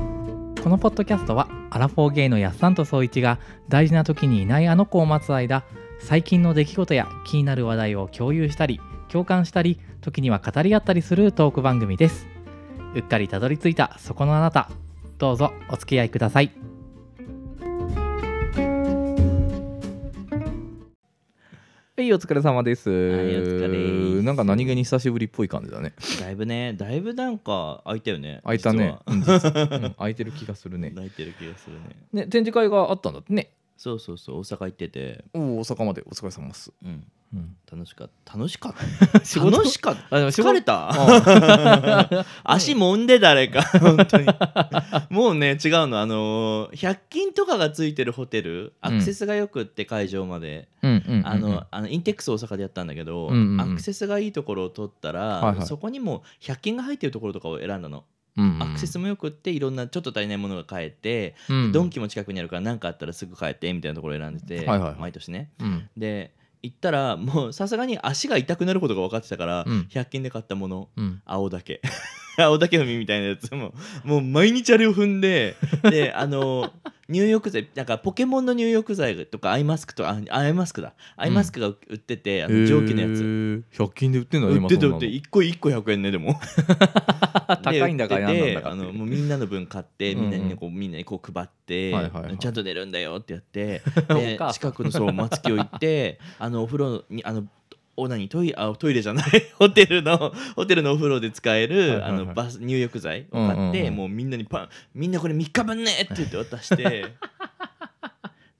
このポッドキャストはアラフォーゲイのやっさんと総一が大事な時にいないあの子を待つ間最近の出来事や気になる話題を共有したり共感したり時には語り合ったりするトーク番組ですうっかりたどり着いたそこのあなたどうぞお付き合いくださいはい、お疲れ様です。いお疲れですなんか何気に久しぶりっぽい感じだね。だいぶねだいぶなんか開いたよね開いたね。実うはん実うん開いてる気がするね。泣いてる気がするねね、展示会があったんだってね。そうそうそう大阪行ってておお、大阪までお疲れ様です。うんうん、楽しかった楽しかっ 仕た事楽しかったあ、でも仕事疲れた足もんで誰 か本当に もうね違うのあのー100均とかがついてるホテルアクセスがよくって会場まで、うんうんうんうんあの、あのインテックス大阪でやったんだけど、うんうんうんアクセスがいいところを取ったら、はいはいそこにも100均が入ってるところとかを選んだのうんうんアクセスもよくっていろんなちょっと足りないものが買えて、うんドンキも近くにあるから何かあったらすぐ買えてみたいなところを選んでて、はいはいはい毎年ねうんで行ったらもうさすがに足が痛くなることが分かってたから、うん100均で買ったものうん青竹 青竹踏みみたいなやつももう毎日あれを踏んでであの入浴剤なんかポケモンの入浴剤とかアイマスクとかあアイマスクだアイマスクが売ってて、あの蒸気のやつ、つ。百均で売ってんだね。売今っててそん売なっのて1個1個100円ねでもあ 高いんだからなでん売だってかてあっていうのもうみんなの分買ってうんうみんんなにねこうみんなにこう配って、はいはいはいちゃんと寝るんだよってやって おで母さん近くのそう松木を行って あのお風呂にあのお何トイあトイレじゃない ホテルのホテルのお風呂で使える、いはいはいあのバス入浴剤を買って、うんうんうんもうみんなにパンみんなこれ3日分ねって言って 渡して。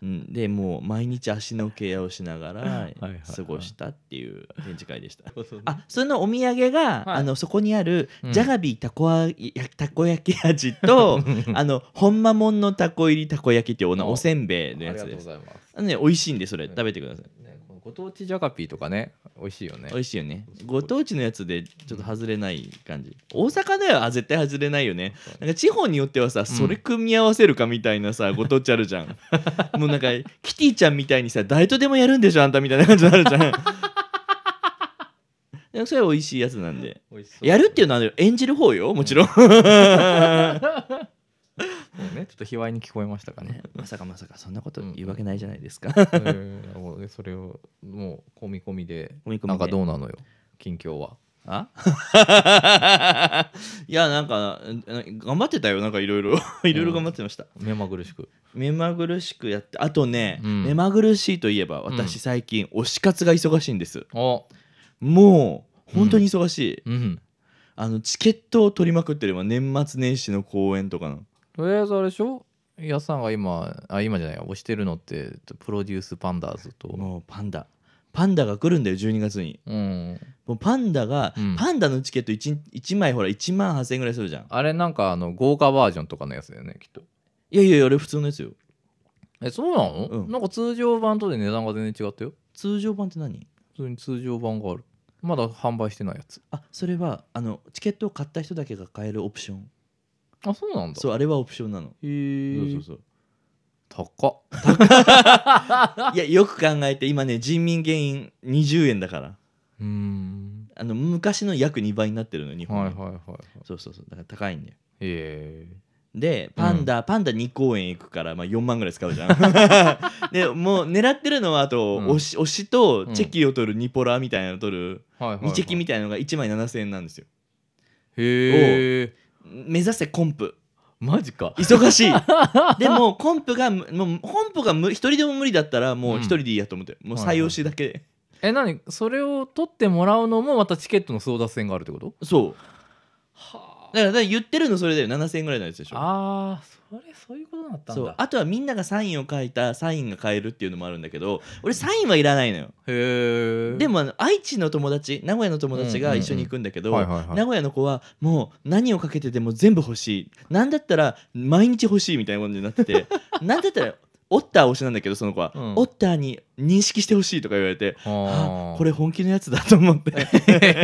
うんでもう毎日足のケアをしながらいはい過ごしたっていう展示会でした。ああそのお土産が、はいあのそこにある、うんじゃがびたこあいやたこ焼き味とあの本間もんのたこ入りたこ焼きっていうおなおおせんべりいのがとやうつでごすざいます。あのね美味しいんでそれうん食べてください、ねこのご当地ジャガピーとかね、美味しいよね美。味しいよねご当地のやつでちょっと外れない感じ大阪では絶対外れないよねなんか地方によってはさそれ組み合わせるかみたいなさ、ご当地あるじゃん もうなんかキティちゃんみたいにさ誰とでもやるんでしょあんたみたいな感じになるじ ゃんでもそれ美味しいやつなんで美味しそうやるっていうのは演じる方よもちろんそうね、ちょっと卑猥に聞こえましたかね。まさかまさかそんなことうん言うわけないじゃないですか うんなるほどねそれをもう込み込み で込み込みでなんかどうなのよ近況はあ いやなんかうん頑張ってたよなんかいろい ろいろいろ頑張ってました、目まぐるしく目まぐるしくやってあとね、うん目まぐるしいといえばうん私最近推し活が忙しいんですあもう本当に忙しい、うんあのチケットを取りまくってれば年末年始の公演とかのとりあえずあれでしょやっさんが今あ今じゃないや推してるのってプロデュースパンダーズともうパンダパンダが来るんだよ12月にうんもうパンダが、うんパンダのチケット 1, 1枚ほら1万8000円ぐらいするじゃんあれなんかあの豪華バージョンとかのやつだよねきっといやいやいやあれ普通のやつよえそうなの、うんなんか通常版とで値段が全然違ったよ通常版って何普通に通常版があるまだ販売してないやつあそれはあのチケットを買った人だけが買えるオプションあそうなんだそうあれはオプションなのへえそうそう高っそういやよく考えて今ね人民元員20円だからうーんあの昔の約2倍になってるの日本はいははいはいはいそうそうそうだから高いんだよへえでパンダ、パンダ2公演行くから、まあ、4万ぐらい使うじゃん でもう狙ってるのはあと、うん推し推しとチェキを取るニポラみたいなのを取る、はいはい、はい、二チェキみたいなのが1枚7000円なんですよへえ目指せコンプマジか忙しい でもコンプがもうコンプがむ一人でも無理だったらもう一人でいいやと思って、もう採用しだけ、え何それを取ってもらうのもまたチケットの争奪戦があるってことそうはだからだから言ってるのそれだよ7000円ぐらいのやつでしょあーそれそういうことだったんだそうあとはみんながサインを書いたサインが買えるっていうのもあるんだけど俺サインはいらないのよへえでもあの愛知の友達名古屋の友達が一緒に行くんだけど、うんうんうんはいはいはい名古屋の子はもう何をかけてでも全部欲しい何だったら 毎日欲しいみたいなことになってて何だったらオッター推しなんだけどその子は、うんオッターに認識してほしいとか言われてあこれれ本気のやつだと思ってい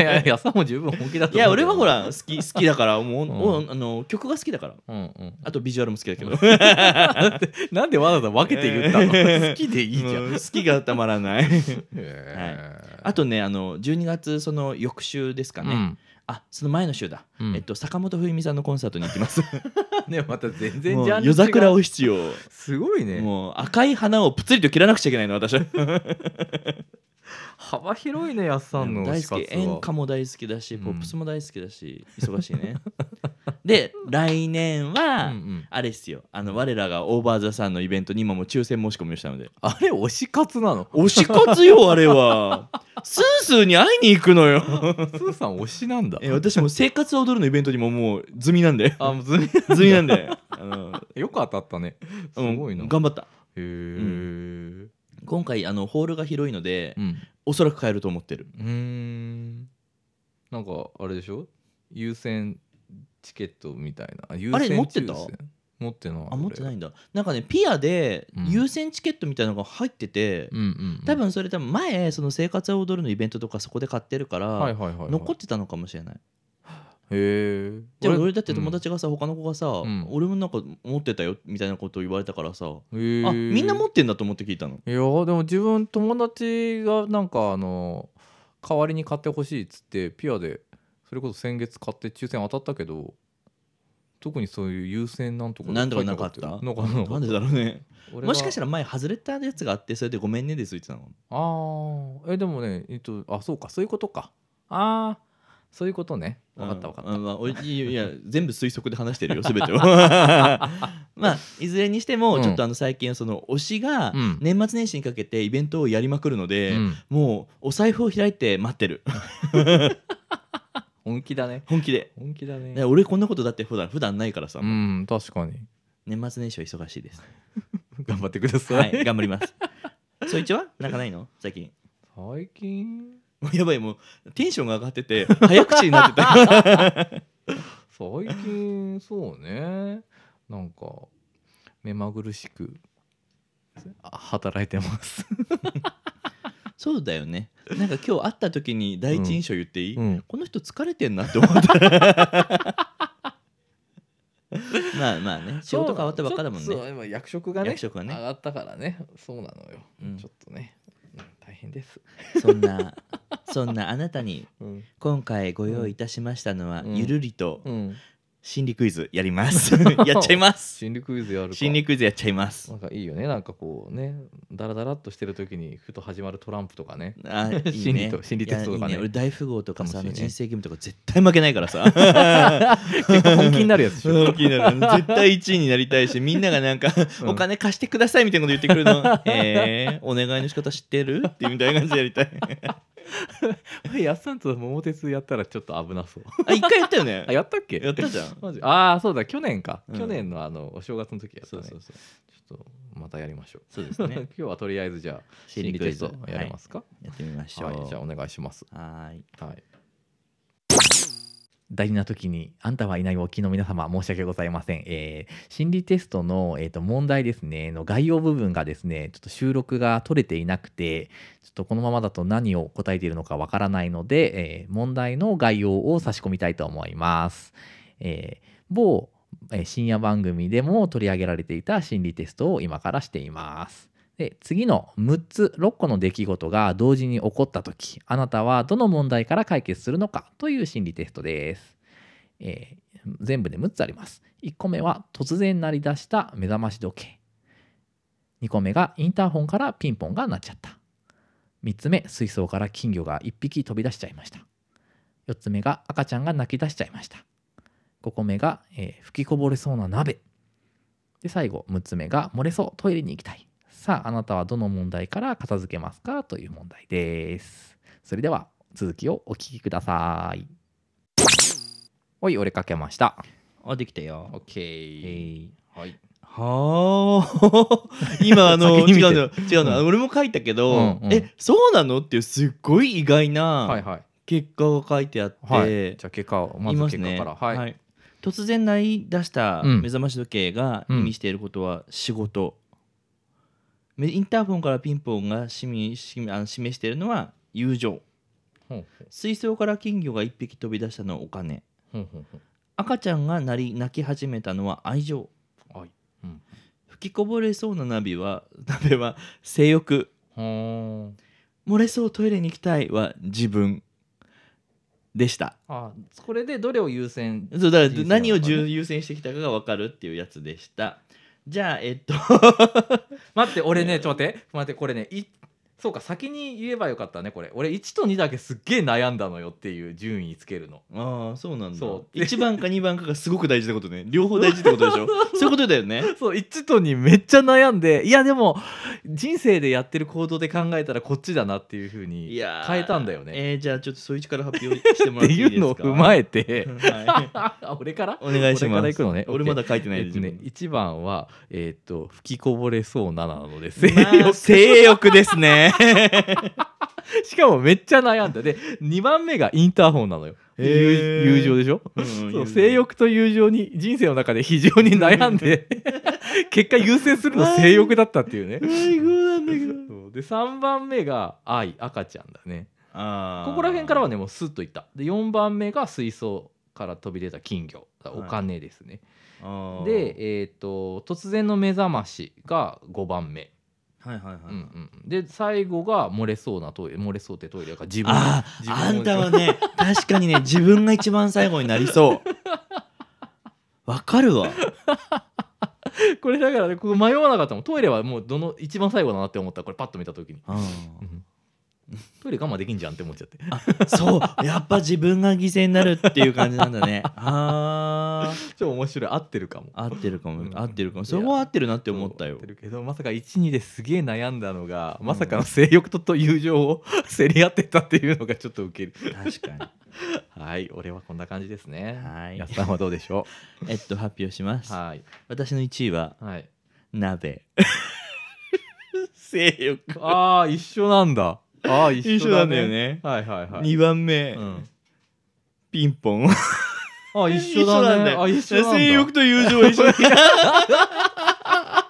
や いやさんも十分本気だと思う いいや俺はほら好き好きだからもうう、んおあの曲が好きだからうんうんあとビジュアルも好きだ け どなんでなんでわざわざ分けて言った の、えー好きでいいじゃん、うん好きがたまら ないへーあとねあの12月その翌週ですかね、あその前の週だ、うんうんえっと、坂本冬美さんのコンサートに行き ます。ねまた全然もうジャンル違夜う桜を必要、すごいね もう赤い花をぷつりと切らなくちゃいけないの 私は。幅広いねやっさんの大推し活好はき演歌も大好きだし、うんポップスも大好きだし忙しいね。 で来年は、うんうんあれっすよあの我らがオーバーザさんのイベントに今もう抽選申し込みをした のであれ推し活な の推し活よあれはスースーに会いに行くのよスーさん推しなんだ え私もう生活踊るのイベントにももう済みなん であもうずん済みなんであの よく当たったねすうんごいな、へ頑張ったえ、うん今回あのホールが広いので、うんおそらく買えると思ってるうーんなんかあれでしょ優先チケットみたいな優先あれ持ってた抽選持ってないあ持ってない俺んだなんかねピアでうん優先チケットみたいなのが入ってて、うんうん、うん、多分それ多分前その生活を踊るのイベントとかそこで買ってるから、はいはいはいはい、残ってたのかもしれないへえでも俺だって友達がさ、他の子がさ、ん俺もなんか持ってたよみたいなことを言われたからさ、へえあみんな持ってんだと思って聞いたのいやーでも自分友達がなんかあの代わりに買ってほしいっつってピアでそれこそ先月買って抽選当たったけど特にそういう優先なんとかなんとかなかったなんかなん なかんでだろうねもしかしたらら前外れたやつがあってそれでごめんねです言ってたのあーえでもねえっとあそうかそういうことかああそういうことね分かった分かった、うんまあおいい や全部推測で話してるよ全てを まあいずれにしても、うんちょっとあの最近その推しがうん年末年始にかけてイベントをやりまくるので、うんもうお財布を開いて待ってる本気だね本気で本気だねね俺こんなことだって普段普段ないからさ、うん確かに年末年始は忙しいです頑張ってくだはさい、い、頑張ります。そいちはなんかないの最近。最近もうやばい、もうテンションが上がっ てて、早口になってた。最近そうねなんか目まぐるしくあ働いてます、そうだよね。なんか今日会った時に第一印象言っていい、ん、この人疲れてんなって思 った。まあまあね、仕事変わったばっかだもんそうそね。う今役職がね役職がね上がったからねそうなのよ、うんちょっとねうん大変です、そんな、そんなあなたにうん今回ご用意いたしましたのは、うんゆるりと心理クイズや ります。やっちゃいます。心理クイズやるか心理クイズやっちゃいますな。んかいいよねなんかこうねダラダラっとしてる時にふと始まるトランプとか ねあいいね心理と心理テストとかねいやいい俺大富豪とかさ、あ楽しいねの人生ゲームとか絶対負けないからさ結構本気になるやつでしょ気になる絶対1位になりたいしみんながなんか、うんお金貸してくださいみたいなこと言ってくるのえー、お願いの仕方知ってるってみたいな感じでやりたいやっさんと桃鉄やったらちょっと危なそうあ一回やったよね あやったっけやったじゃんマジああそうだ去年か、うん去年のあのお正月の時やったそねうそうそうちょっとまたやりましょうそうですね 今日はとりあえずじゃあ心理テストやりますすかやってみましょはい、うじゃあお願いしますはーいはい大事な時にあんたはいないお聞きの皆様申し訳ございません、えー心理テストの、えー、と問題ですねの概要部分がですねちょっと収録が取れていなくてちょっとこのままだと何を答えているのかわからないので、えー問題の概要を差し込みたいと思います、えー某、えー深夜番組でも取り上げられていた心理テストを今からしていますで次の6つ6個の出来事が同時に起こった時あなたはどの問題から解決するのかという心理テストです、えー全部で6つあります1個目は突然鳴り出した目覚まし時計2個目がインターホンからピンポンが鳴っちゃった3つ目水槽から金魚が1匹飛び出しちゃいました4つ目が赤ちゃんが泣き出しちゃいました5個目が、えー吹きこぼれそうな鍋で最後6つ目が漏れそうトイレに行きたいさああなたはどの問題から片付けますかという問題ですそれでは続きをお聞きくださいおい俺かけましたあできたよ OK、はいはあ今あの先に見違てうの違うの、俺も書いたけど、うんうんえそうなのっていうすっごい意外はいなはい結果が書いてあって、はいじゃあ結果をまいずます結ね果からはい、はい突然鳴り出したうん目覚まし時計が意味していることは仕事、めインターホンからピンポンが示示あの示しているのは友情ほん水槽から金魚が1匹飛び出したのはお金ほんほんほん赤ちゃんが鳴り泣き始めたのは愛情ほんはいうん吹きこぼれそうな鍋は鍋は性欲ほーん漏れそうトイレに行きたいは自分でしたあこれでどれを優先そうだか人生らの何を中で重優先してきたかが分かるっていうやつでしたじ ゃあえっと待って俺ねちょっと待って待ってこれねいそうか先に言えばよかったねこれ俺1と2だけすっげえ悩んだのよっていう順位つけるのああそうなんだそう1番か2番かがすごく大事ってことね両方大事ってことでし ょそういうことだよね そう1と2めっちゃ悩んでいやでも人生でやってる行動で考えたらこっちだなっていうふういにやー変えたんだよねえー、じゃあちょっとそういうから発表してもっらってていいいでうすかのを踏まええて あ俺からお願いし俺からま行すくのね俺まだ書いてないえっでとす、ね、自1番は、えっと吹きこぼれそうななので性分欲、まあ性欲ですね しかもめっちゃ悩んだで2番目がインターホンなのよ、へー友友情でしょうんうんそう性欲と友情に人生の中で非常に悩んで 結果優先するの性欲だったっていうね最高なんだけどそうで3番目が愛赤ちゃんだねあーここら辺からはねもうスッといったで4番目が水槽から飛び出た金魚だはいお金ですね、あーでえっ、と突然の目覚ましが5番目、はいはいはい、うんうんうん、で最後が漏れそうなトイレ漏れそうってトイレだから自分あ自あ分をあんたはね確かにね自分が一番最後になりそうわかるわ これだからねここ迷わなかったもんトイレはもうどの一番最後だなって思ったこれパッと見た時にうんうんトイレ我慢できんじゃんって思っちゃってそうやっぱ自分が犠牲になるっていう感じなんだねあー 超面白い合ってるかも合ってるかうんも合ってるかもそこは合ってるなって思った合よてるけどまさか12ですげえ悩んだのが、まさかの性欲とと友情を 競り合ってたっていうのがちょっとウケる確かにはい俺はこんな感じですねはいやっさんはどうでしょえっと発表しますうはい私の1位ははい鍋性欲ああ一緒なんだああ一一緒緒だ、ね、なんだよねはいはいはい、 2番目うん、ピンポンあ一緒だねあ一緒なんだ 性欲と友情は一緒なんだここは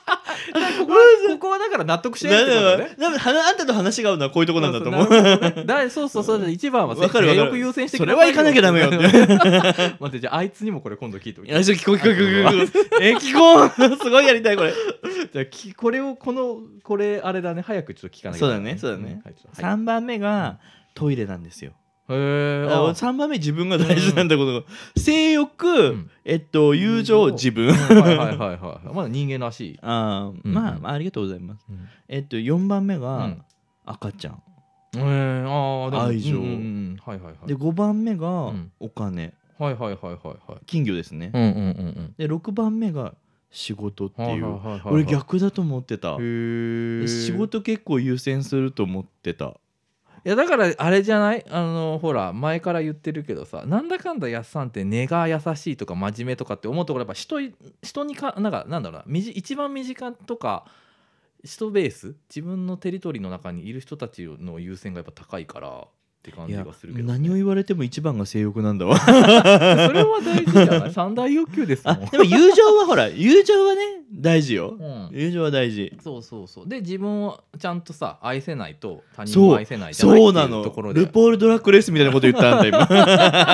ここはだから納得しないってことだねだからあんたと話が合うのはこういうとこなんだと思う。 う。だそうそうそう、一番はわかるわかる性欲優先して それは行かなきゃダメよっ て。待って、じゃああいつにもこれ今度聞いておいて。よし、聞こう聞こう聞こう聞こう。え、聞こうすごいやりたいこれ。じゃあきこれをこのこれあれだね、早くちょっと聞かなきゃそうだねそうだねんはいちょっとはい3番目がトイレなんですよ。へーあ3番目自分が大事なんだことが。性欲ん、えっと、友情、友情自分。はいはいはいはい。まだ人間らしい。あーうんまあまあ、ありがとうございます。うんえっと、4番目うがん赤ちゃん。えー、あーでも愛情うんうんうんはいはいはい。で、5番目がうんお金。はいはいはいはいはい。金魚ですねう。んうんうんで、6番目が仕事ってうん。はいいはう。いはいはい俺逆だと思ってた。へー仕事結構優先すると思ってたいやだからあれじゃないあのほら前から言ってるけどさなんだかんだやっさんって根が優しいとか真面目とかって思うところやっぱ人い人にかなんかなんだろうなみじ一番身近とか人ベース自分のテリトリーの中にいる人たちの優先がやっぱ高いからって感いじやがするけど、何を言われても一番が性欲なんだわそれは大事じゃない 三大欲求ですもあん、 でも友情はほら友情はね大事ようん、友情は大事そうそうそうで自分をちゃんとさ愛せないと他人そをう愛せないじゃないっていそううなのところでルポール・ドラッグレースみたいなこと言ったんだ今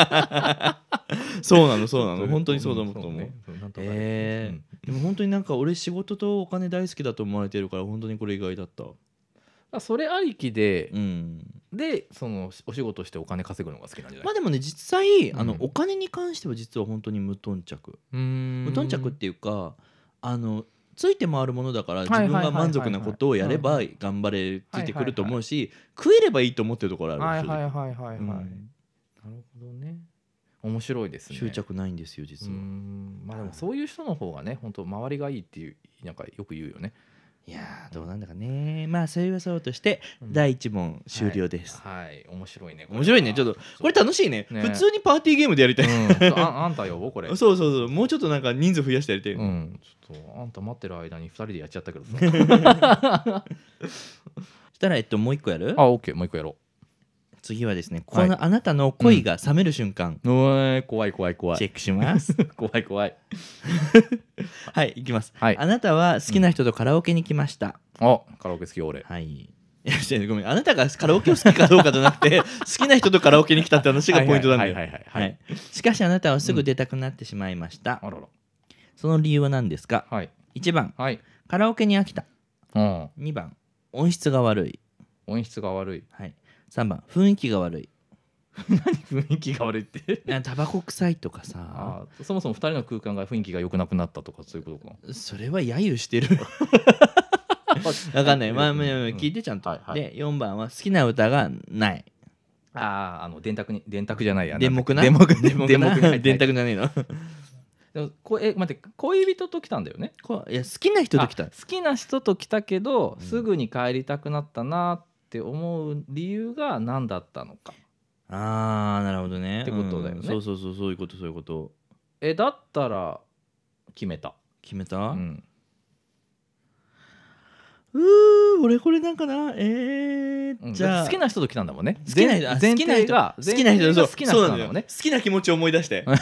そうなのそうなの本当にそうだもんと思う、ねそうなんとかねえーうんでも本当になんか俺仕事とお金大好きだと思われてるから本当にこれ意外だったあそれありきでう、んでそのお仕事してお金稼ぐのが好きなんじゃない、まあでもね実際、あうのんお金に関しては実は本当に無頓着うーん無頓着っていうかあのついて回るものだからい自はいはい分はいが満足なことをやれば頑張れついてくると思うし食えればいいと思ってるところあはいるはいはい正はいはい、な直うるんほどね面白いですね執着ないんですよう実ーはんまあでもそういう人の方がね本当周りがいいっていうなんかよく言うよねいやーどうなんだかねまあそういうそうとしてうん第1問終了ですはい面白いね面白いねちょっとこれ楽しいねね普通にパーティーゲームでやりたういんちょっとああんた呼ぼうこれそうそうそうもうちょっとなんか人数増やしてやりたいねうんちょっとあんた待ってる間に2人でやっちゃったけどさ そしたらえっともう一個やるあオッケーもう一個やろ次はですねこはいのあなたの恋が冷める瞬間、おい怖い怖い怖チェいックします怖い怖いはいいきます、はいあなたは好きな人とカラオケに来ました、あカラオケ好きよ俺はい いや違うごめんあなたがカラオケを好きかどうかじゃ なくて好きな人とカラオケに来たって話がポイントなんだよはいはいはいはいはいはいしかしあなたはすぐ出たくなってしまいました、あららその理由は何ですかはい1番はいカラオケに飽きたうん2番音質が悪い、音質が悪い はい、3番雰囲気が悪い雰囲気が悪いってあタバコ臭いとかさあーそもそも2人の空間が雰囲気が良くなくなったとかそういうことかそれは揶揄し てる わかんないまあまあまあ聞いててちゃんと、はいはいで4番は好きな歌がないあああの電卓に電卓じゃないや電目な電目 電目電目に入なって電卓じゃね えのでもこえ待って恋人と来たんだよねこういや好きな人と来たあ好きな人と来たけど、うんすぐに帰りたくなったなって思う理由が何だったのかあーなるほどねってことだよねうんそうそうそうそういうことそういうことえだったら決めた、決めた、う、うんー俺これなんかなえうー、んじゃあ好きな人と来たんだもんね好きな人あ前好きな提人が好きな人前提そうが好きな人そなうんだだよもんね好きな気持ちを思い出して好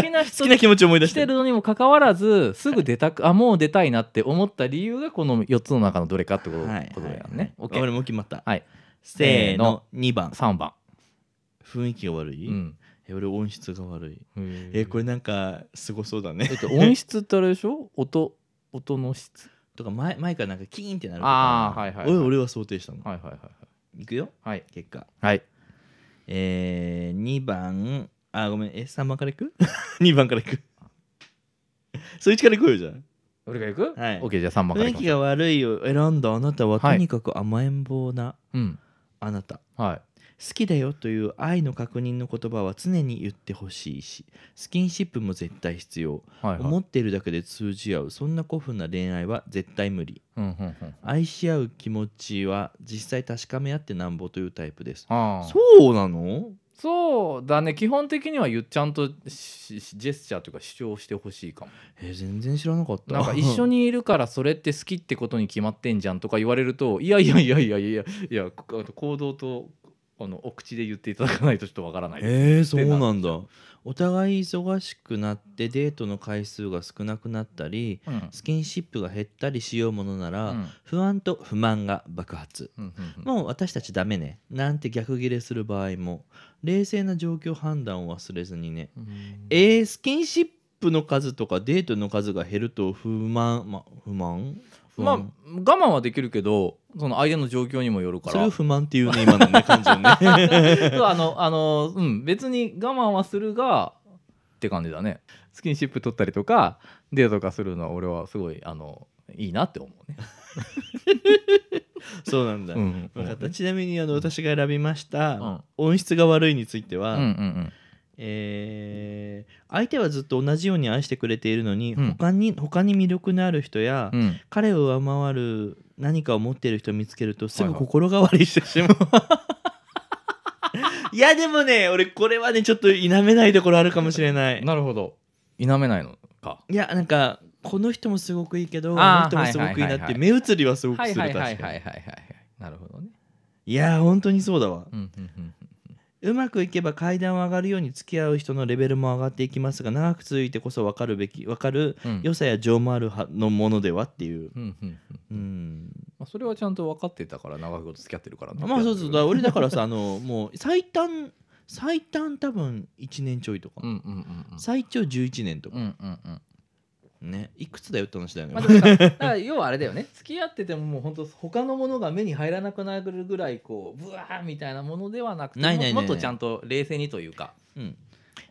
き な人好きな気持ちを思い出来しててるのにもかかわらずすぐ出たくあもう出たいなって思った理由がこの4つの中のどれかってこと,、ことだよね。はい OK 俺も決まった、はいせーのせ2番3番、雰囲気が悪い、うん、え俺音質が悪いええこれなんかすごそうだえねっと音質ってあれでしょ音音の質とか前前からなんかキーンってなるとあーはいはいはい俺俺は想定したの、はいはいはいはいい、くよはい結果はいえー、2番あごめんえ3番からいく 2番からいくそいちからいこうよじゃあ俺が行くはい OK じゃあ3番から雰囲行き気ましょが悪いを選んだあなたはとはいにかく甘えん坊なううんあなた、はい好きだよという愛の確認の言葉は常に言ってほしいしスキンシップも絶対必要、はいはい思っているだけで通じ合うそんな古風な恋愛は絶対無理うんうんうん愛し合う気持ちは実際確かめ合ってなんぼというタイプですああそうなのそうだね基本的にはゆちゃんとししジェスチャーというか主張してほしいかもえー全然知らなかったなんか一緒ににいるからそれって好きってことに決まってんじゃんとか言われるといやいやいやいやいやいやこあの行動とあのお口で言っていただかないとちょっとわからないです、えー、そうなんだお互い忙しくなってデートの回数が少なくなったりうんスキンシップが減ったりしようものなら、うん不安と不満が爆発うんうんもう私たちダメねなんて逆ギレする場合も冷静な状況判断を忘れずにねうんえー、スキンシップの数とかデートの数が減ると不満ま不満不まあ我安慢はできるけどその相手の状況にもよるかそれらを不満っていうね今のね感じよ ねそうあのあのうん別に我慢はするがって感じだねスキンシップ取ったりとかデートとかするのは俺はすごいあのいいなって思うね、そうなんだ、うん分かったちなみにあの私が選びました、うん音質が悪いについては、うんうんえー相手はずっと同じように愛してくれているのに、うん他に他に魅力のある人や、うんうん彼を上回る何かを持っている人を見つけるとすはぐいはい心変わりしてし まう、いやでもね俺これはねちょっと否めないところあるかもしれないなるほど否めないのかいやなんかこの人もすごくいいけどこのあー人もすごくいいなはいはいっはいてはい目移りはすごくはいするはい確はいかはいはいにはいはいなるほどねいや本当にそうだわうんうんうんうまくいけば階段を上がるように付き合う人のレベルも上がっていきますが長く続いてこそ分かるべき分かるうん良さや情もあるはのものではっていう、うんうんうんうん、まあそれはちゃんと分かってたから長いこと付き合ってるからねまあそうそうだ俺だからさあのもう最短最短多分1年ちょいとか、うんうんうんうん最長11年とうか、んうんうんねいくつだよって話だよね、まあ、でも さだから要はあれだよね付き合っててももう本当他のものが目に入らなくなるぐらいこうブワーみたいなものではなくてないないなもいないもっとちゃんと冷静にというかうん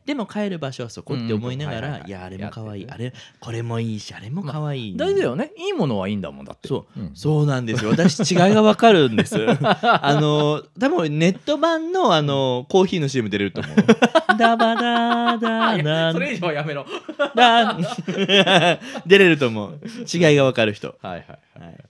でも帰る場所はそこって思いながら、うんはいはいはいいやあれも可愛い、やあっれこれもいいしあれも可愛い、大事だよねいいものはいいんだもんだって、そうん、そうなんですよ私違いが分かるん ですあの多分ネット版のあのコーヒーの CM 出れると思う ダバダあダいや ダそれ以上はやめろはダ 出れると思う違いが分かる人、いはいはい、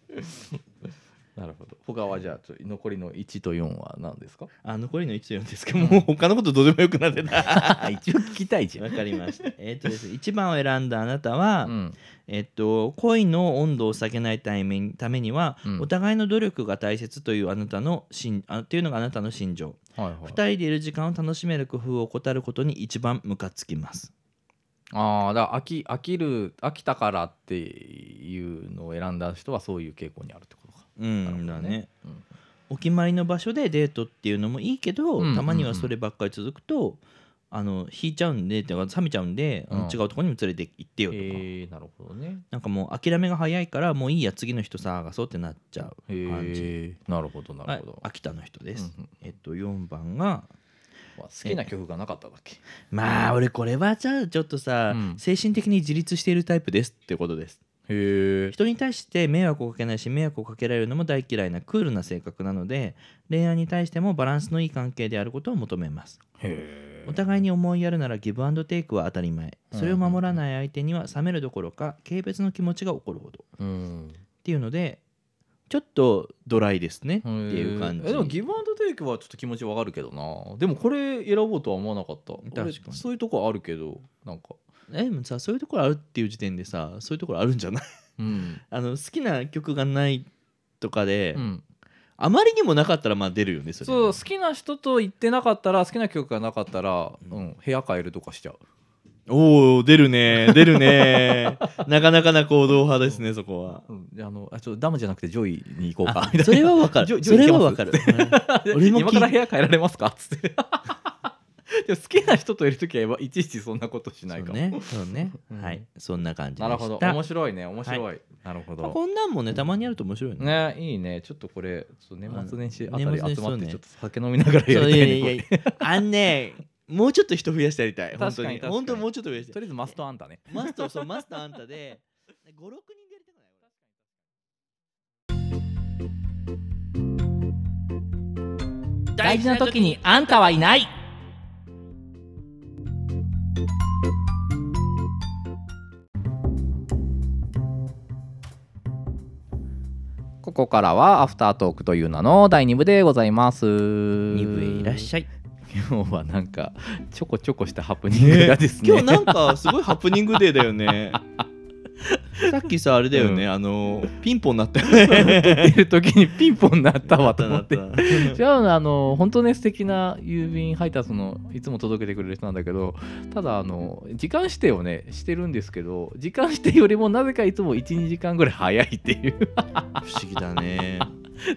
なるほど他はじゃあちょ残りの1と4は何です かあ残りの1と4ですかもう他のことどうでもよくなってた わ一応聞きたいじん、かりましたえっ、とです1番を選んだあなたは、うん、えっと恋の温度を下げないためにためには、うんお互いの努力が大切というあなたの心あっていうのがあなたの心情はいはい二人でいる時間を楽しめる工夫を怠ることに一番ムカつきますああだから飽き飽きる飽きたからっていうのを選んだ人はそういう傾向にあるってことか。うんなるだほどねねお決まりの場所でデートっていうのもいいけど、うんたまにはそればっかり続くとあの引いちゃうんでっていうか冷めちゃうんで、あのうん違うとこにも連れて行ってよとか、へえなるほどね。なんかもう諦めが早いからもういいや次の人探そうってなっちゃうへ感じ、えなるほどなはるいほど。、秋田の人です、うんうんえっと4番がまあ好きな曲がなかっただけ。まあ俺これはじゃあちょっとさ、うん精神的に自立しているタイプですってことですへえ。人に対して迷惑をかけないし迷惑をかけられるのも大嫌いなクールな性格なので恋愛に対してもバランスのいい関係であることを求めますへえ。お互いに思いやるならギブアンドテイクは当たり前うんそれを守らない相手には冷めるどころか軽蔑の気持ちが起こるほどっうん。ていうのでちょっとドライですねってへえいう感じえでもギブアンドテイクはちょっと気持ちわかるけどな。でもこれ選ぼうとは思わなかった。かに俺そういうとこあるけどなんか。えでもさそういうところあるっていう時点でさそういうところあるんじゃない うん。あの好きな曲がないとかで、うん、あまりにもなかったらまあ出るよねそれそう好きな人と行ってなかったら好きな曲がなかったら、うん、部屋変えるとかしちゃう。おお出るね出るねなかなかな行動派ですねそこはうん、であのあちょっとダムじゃなくてジョイに行こうかあみたいなそれはわかジョるジそョイれ行けまはわすかる、うん俺も聞い今から部屋変えられますかっ つってでも好きな人といる時はいちいちそんなことしないそかうも、ねそうね、うんはいそんな感じでなしたるほど面白いね面白い、はなるほまあどこんなんもねたまにあると面白いよねねいいねちょっとこれちょっと年末年始あた年り末年始集そまうっねてちょっと酒飲みながらやりたいそうねいやいやこれいやあんねもうちょっと人増やしてやりたい本確当かにに確かに本当もうちょっと増やしてとりあえずマストアンだねマストそうマスターあん たで56人でやりたくない大事な時にあんたはいないここからはアフタートークという名の第2部でございます2 2部へいらっしゃい今日はなんかちょこちょこしたハプニングがですね今日なんかすごいハプニングデーだ よねさっきさあれだよね、うあのピンポンなったよね 出る時にピンポンなったわと思なってな 違うのあの本当ね素敵な郵便配達のいつも届けてくれる人なんだけどただあの時間指定をねしてるんですけど時間指定よりもなぜかいつも12時間ぐらい早いっていう 不思議だね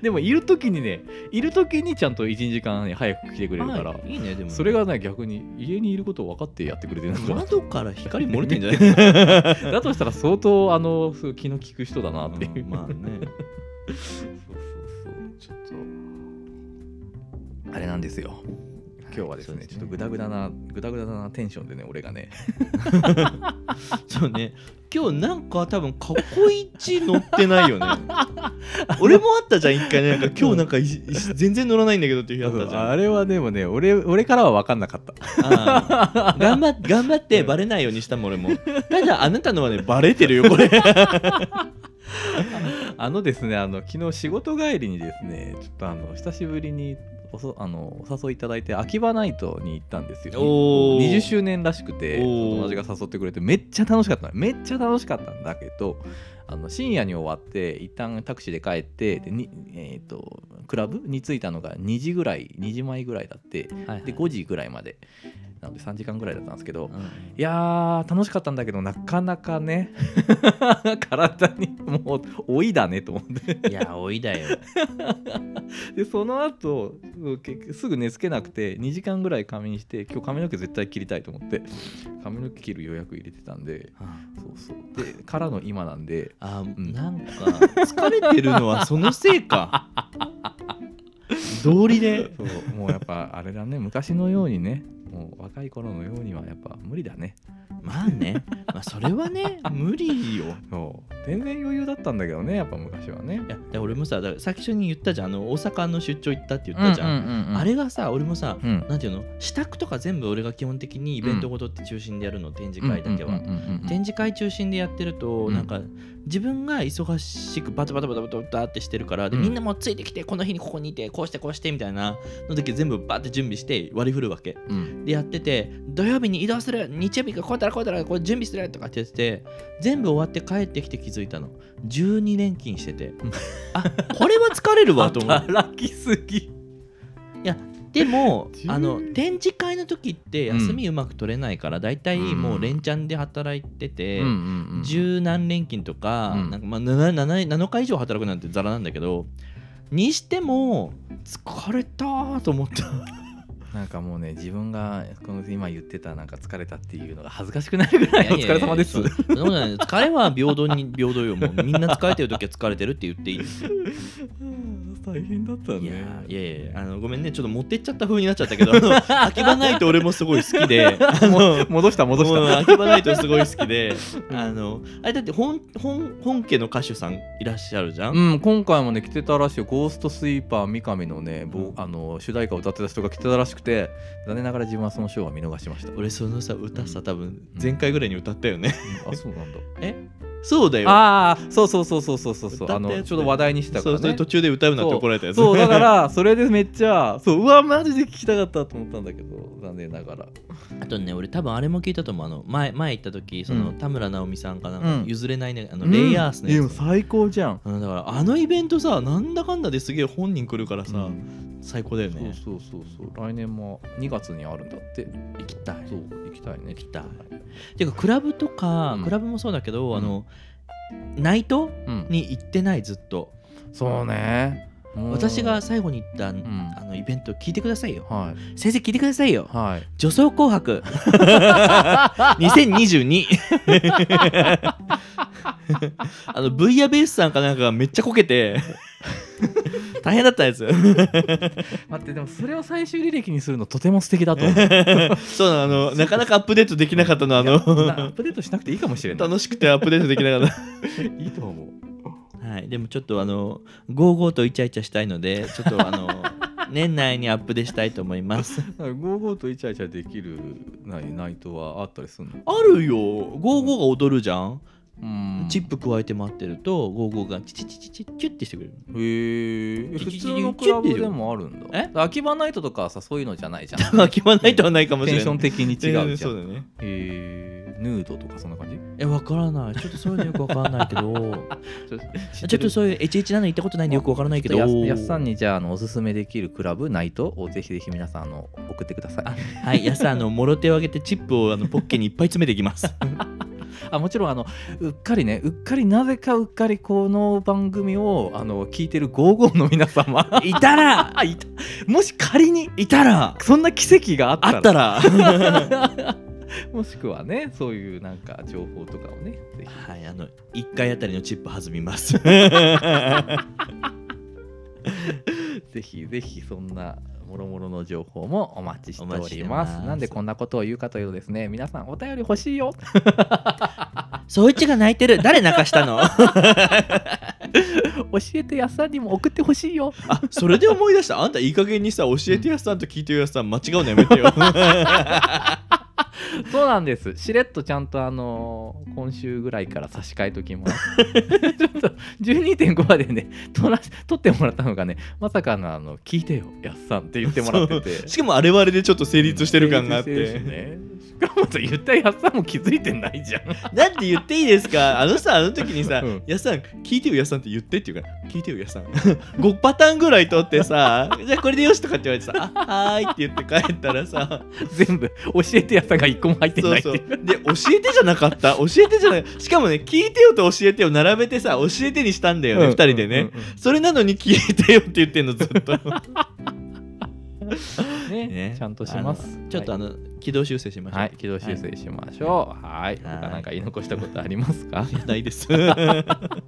でもいる時にねいる時にちゃんと1時間ね早く来てくれるから、いいねでもそれがね逆に家にいることを分かってやってくれてるのか 窓から光漏れてんじゃないなだとしたら相当あのすごい気の利く人だな っていう、まあねそうそうそうちょっとあれなんですよ今日はですねそうですねちょっとグダグダなグダグダなテンションでね俺がねそうね今日なんか多分過去一乗ってな いよね俺もあったじゃん一回ねなんか今日なんかい全然乗らないんだけどっていう日あったじゃんあれはでもね俺俺からは分かんなか ったあー頑張っ頑張ってバレないようにしたもん俺 もただあなたのはねバレてるよこれあのですねあの昨日仕事帰りにですねちょっとあの久しぶりにおそあのお誘いいただいて秋葉ナイトに行ったんですよおー20周年らしくておー友達が誘ってくれてめっちゃ楽しかったのめっちゃ楽しかったんだけどあの深夜に終わって一旦タクシーで帰ってでに、えー、とクラブに着いたのが2時ぐらい2時前ぐらいだってで5時ぐらいまでなので3時間ぐらいだったんですけど、いやー楽しかったんだけどなかなかね 体にもう老いだねと思っていやおいだよでその後うん結すぐ寝つけなくて2時間ぐらい仮眠して今日髪の毛絶対切りたいと思って髪の毛切る予約入れてたんでそうそうでからの今なんであんなんか疲れてるのはそのせいか道理でそうもうやっぱあれだね昔のようにねもう若い頃のようにはやっぱ無理だねまあね、まあ、それはね無理よそう全然余裕だったんだけどねやっぱ昔はねいやで俺もさだから最初に言ったじゃんあの大阪の出張行ったって言ったじゃん,、あれがさ俺もさうんなんていうの支度とか全部俺が基本的にイベントごとって中心でやるの、展示会だけは、うんうんうんうん展示会中心でやってると、うんなんか自分が忙しくバタバタバタバタバタってしてるからで、うんみんなもついてきてこの日にここにいてこうしてこうしてみたいなの時全部バーって準備して割り振るわけうんでやってて土曜日に移動する日曜日がこうたらこうたらこう準備するとかってやってて全部終わって帰ってきて気づいたの12連勤 しててあこれは疲れるわと思う働きすぎいやでも自由あの展示会の時って休みうまく取れないから、大体もう連チャンで働いてて、うんうんうん十何連勤とか,、うんなんかまあ 7, 7日以上働くなんてざらなんだけどにしても疲れたーと思ったなんかもうね自分がこの今言ってたなんか疲れたっていうのが恥ずかしくなるぐらいお疲れ様ですいやいやいやそんなことない疲れは平等 に平等よもうみんな疲れてる時は疲れてるって言っていい大変だったねいやーいやいやいやあのごめんねちょっと持ってっちゃった風になっちゃったけどあの秋葉ナイト俺もすごい好きであの戻した 戻しもうた秋葉ナイトすごい好きであのあれだって本本本家の歌手さんいらっしゃるじゃん、うん今回もね来てたらしいよゴーストスイーパー三上のね、ぼううんあの主題歌を歌ってた人が来てたらしくて残念ながら自分はそのショーは見逃しました俺そのさ歌さ多分前回ぐらいに歌ったよね、あそうなんだそうだよああそうそうそうそうそうそうそう歌あったやつねのちょうど話題にしてたかそうらそれね途中で歌うなって怒られたやつそうだからそれでめっちゃそううわマジで聞きたかったと思ったんだけど残念ながらあとね俺多分あれも聞いたと思うあの前前行った時その、うん田村直美さんかなんか、うん譲れないねあのレイアースのやうんつ、でも最高じゃんあのだからあのイベントさなんだかんだですげえ本人来るからさ、うん最高だよねそうそうそうそう来年も2月にあるんだって行きたいそう行きたいね行きたいていうかクラブとか、うんクラブもそうだけど、うんあのナイトうんに行ってないずっとそうねもう私が最後に行った、んあのイベント聞いてくださいよはい先生聞いてくださいよはい女装紅 白2022あのブイヤベースさんかなんかがめっちゃこけて大変だったやつ待ってでもそれを最終履歴にするのとても素敵だと思う そうなのあのなかなかアップデートできなかったのあなアッのプデートしなくていいかもしれない 楽しくてアップデートできなかったいいと思うはい、でもちょっとあのゴーゴーとイチャイチャしたいのでちょっとあ の年内にアップデートしたいと思いますだからゴーゴーとイチャイチャできるないナイトはあったりするのあるよゴーゴーが踊るじゃん、うんチップ加えて待ってるとゴーゴーがチチチチチチュッてしてくれるへえ普一通のクラブでもあるんだえ秋葉ナイトとかさそういうのじゃ ないじゃんまあ決まないとはないかもしテンれショなンい的に違 うじゃんだねえー、ヌードとかそんな感じえわからないちょっとそういうのよくわからないけど ちょっとそういうエチエチなの行ったことないんでよくわからないけどやすやっさんにじゃああのおすすめできるクラブナイトをぜひぜひ皆さんあの送ってくださいあはいやっさんあのもろ手を挙げてチップをあのポッケにいっぱい詰めていきますもちろんあのうっかりねうっかりなぜかうっかりこの番組をあの聞いてる55の皆様 いたらあいたもし仮にいたらそんな奇跡があったあらったらもしくはねそういうなんか情報とかをねぜひはい、あの1回あたりのチップ弾みます。ぜひぜひそんなもろもろの情報もお待ちしておりおま待ちしすてますなんでこんなことを言うかというとですね皆さんお便り欲しいよ そういちが泣いてる。誰泣かしたのあ教えてやっさんにも送ってほしいよそれで思い出した。あんたいい加減にさ、教えてやっさんと聞いてやっさん間違うのやめて よ。そうなんですしれっとちゃんとあのー今週ぐらいから差し替えときます ちょっと12.5話でね取ら取ってもらったのがねまさかのあの「聞いてよやっさん」って言ってもらっててしかもあれはあれでちょっと成立してる感があっ成立してて。るしねしかもさ言ったやっさんも気づいてないじゃんなんて言っていいですかあのさ、あの時にさうん、やっさん、聞いてよやっさんって言ってって言うから、聞いてよやっさん。5パターンぐらい取っ てさ、じゃあこれでよしとかって言われてさ、あはーいって言って帰ったら さ、全部教えてやっさんが一個も入ってそないうってそいううで教えてじゃなかった教えてじゃないしかもね聞いてよと教えてを並べてさ教えてにしたんだよね、うん2人でうね、んうんうんそれなのに聞いてよって言ってんのず っとねちゃんとしますあのちょっとあのの、軌道修正しましょうはい軌道修正しましょうはい他なんか言い残したことありますかないです はは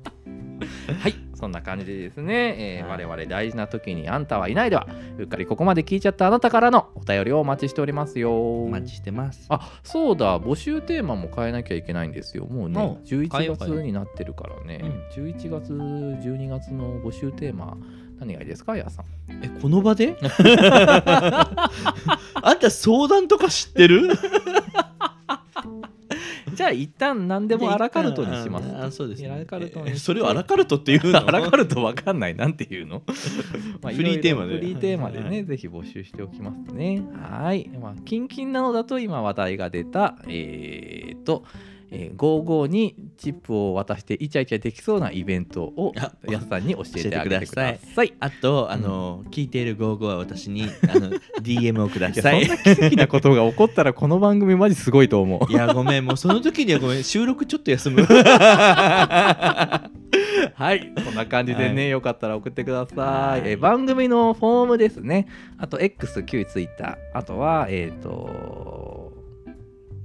いそんな感じでですね、えーはい我々大事な時にあんたはいないではうっかりここまで聞いちゃったあなたからのお便りをお待 ちしておりますよお待ちしてますあそうだ募集テーマも変えなきゃいけないんですよもうねうん変え11よう月変えようになってるからね、11月12月の募集テーマ何がいいですかやさんえこの場で あんた相談とか知ってるじゃあ一旦何 でもアラカルトにしますああそうです、ね、アラカルトにえそれをアラカルトっていうのアラカルトわかんないなんていうの まあフリーテーマでいろいろフリーテーマでね、はいはいぜひ募集しておきますねはいまあキンキンなのだと今話題が出たえー、とえー、55にチップを渡してイチャイチャできそうなイベントをあやすさんに教えてあげてくだ教えてさい。あと、あの、聞いている55は私に、あ の、DM をくだいやさい。そんな奇跡なことが起こったらこの番組マジすごいと思う。いやごめんもうその時にはごめん収録ちょっと休む はい、こんな感じでね、はよかったら送ってください。はいえー番組のフォームですね。あと X、旧 Twitter、あとは、えっ、と、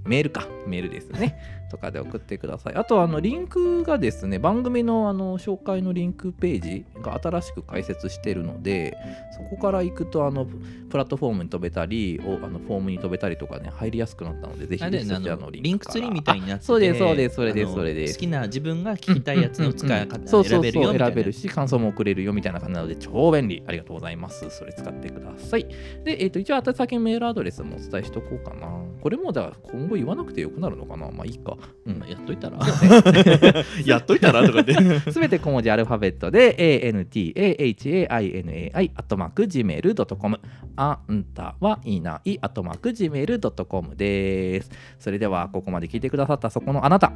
メールか、メールです ね。とかで送ってください。あと、あの、リンクがですね、番組のあの紹介のリンクページが新しく開設してるので、そこから行くと、あの、プラットフォームに飛べたり、おあのフォームに飛べたりとかね、入りやすくなったので、ぜひあ ね、れあそちらののリンクリンクツリーみからたいになっててそうですそうですそれですあのそれです好きな自分が聞きたいやつの使いうんうんうん方そをうそ選うべそるようみたい選なべるし感想も送れるよみたいな感じなので超便利ありがとうございますそれ使ってくださいで、えっと一応宛先メールアドレスもお伝えしとこうかなこれもだから今後言わなくてよくなるのかなまあいいかうんやっといたら やっといたらと かってすべて小文字アルファベットで ANTAHAINAI アットマーク Gmail.com あんたはいないアットマーク Gmail.com ですそれではここまで聞いてくださったそこのあなた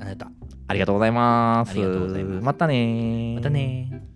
あなたありがとうございますありがとうございますまたねーまたね